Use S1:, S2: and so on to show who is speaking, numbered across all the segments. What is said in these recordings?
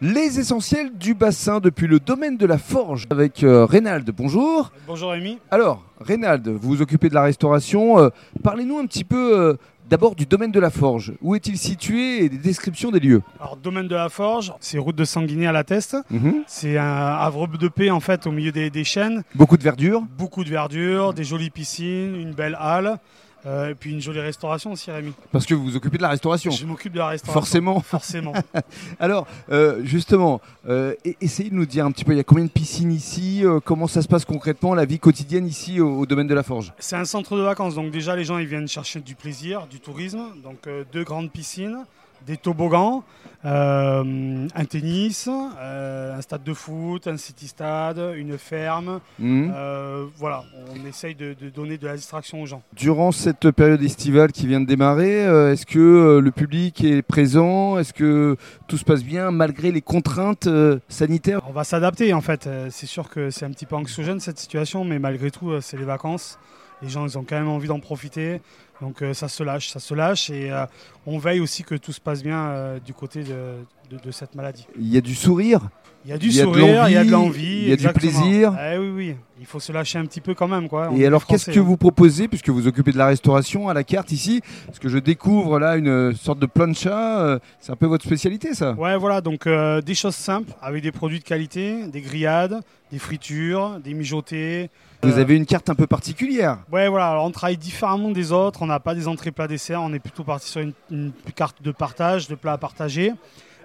S1: Les essentiels du bassin depuis le domaine de la forge avec euh, Reynald. Bonjour.
S2: Bonjour Rémi.
S1: Alors, Reynald, vous vous occupez de la restauration. euh, Parlez-nous un petit peu euh, d'abord du domaine de la forge. Où est-il situé et des descriptions des lieux
S2: Alors, domaine de la forge, c'est route de Sanguiné à la Teste. C'est un havre de paix en fait au milieu des, des chênes.
S1: Beaucoup de verdure.
S2: Beaucoup de verdure, des jolies piscines, une belle halle. euh, et puis une jolie restauration aussi, Rémi.
S1: Parce que vous vous occupez de la restauration.
S2: Je m'occupe de la restauration.
S1: Forcément.
S2: Forcément.
S1: Alors, euh, justement, euh, e- essayez de nous dire un petit peu, il y a combien de piscines ici euh, Comment ça se passe concrètement, la vie quotidienne ici au, au domaine de la forge
S2: c'est un centre de vacances, donc déjà les gens ils viennent chercher du plaisir, du tourisme. Donc euh, deux grandes piscines, des toboggans, euh, un tennis, euh, un stade de foot, un city stade, une ferme.
S1: Mhm.
S2: Euh, voilà, on essaye de- de donner de la distraction aux gens.
S1: Durant cette période estivale qui vient de démarrer, euh, est-ce que euh, le public est présent Est-ce que tout se passe bien malgré les contraintes euh, sanitaires
S2: On va s'adapter en fait. Euh, C'est sûr que c'est un petit peu anxiogène cette situation, mais malgré tout, euh, c'est les vacances. Les gens, ils ont quand même envie d'en profiter. Donc euh, ça se lâche, ça se lâche. Et euh, on veille aussi que tout se passe bien euh, du côté de, de- de cette maladie.
S1: Il y a du sourire
S2: Il y a du
S1: Il y a de
S2: sourire, il y a
S1: l'envie,
S2: de l'envie.
S1: il y a du
S2: exactement.
S1: plaisir.
S2: Eh oui, oui. Il faut se lâcher un petit peu quand même. Quoi. On est
S1: Et alors,
S2: Français,
S1: qu'est-ce que
S2: hein.
S1: vous proposez, puisque vous occupez de la restauration à la carte ici Parce que je découvre là une sorte de plancha, euh, c'est un peu votre spécialité ça
S2: Ouais, voilà, donc euh, des choses simples, avec des produits de qualité, des grillades, des fritures, des mijotés.
S1: Vous
S2: Euh,
S1: avez une carte un peu particulière
S2: Ouais, voilà, alors on travaille différemment des autres, on n'a pas des entrées plats desserts, on est plutôt parti sur une, une carte de partage, de plats à partager.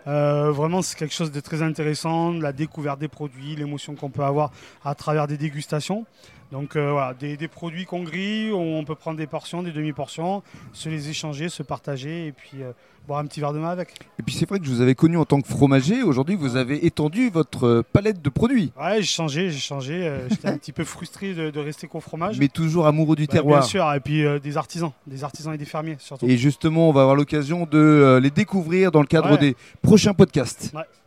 S2: Euh, vraiment, c'est quelque chose de très intéressant, la découverte des produits, l'émotion qu'on peut avoir à travers des dégustations. Donc euh, voilà, des, des produits qu'on grille, on peut prendre des portions, des demi-portions, se les échanger, se partager et puis euh, boire un petit verre de main avec.
S1: Et puis c'est vrai que je vous avais connu en tant que fromager, aujourd'hui vous avez étendu votre euh, palette de produits,
S2: Ouais, j'ai changé, j'ai changé, euh, j'étais un petit peu frustré de, de rester qu'au fromage.
S1: mais toujours amoureux du
S2: Ah, Bah,
S1: terroir.
S2: Bien sûr, et puis euh, des artisans, des artisans et des fermiers surtout.
S1: Et justement, on va avoir l'occasion de euh, les découvrir dans le cadre
S2: Ouais.
S1: des prochains podcasts.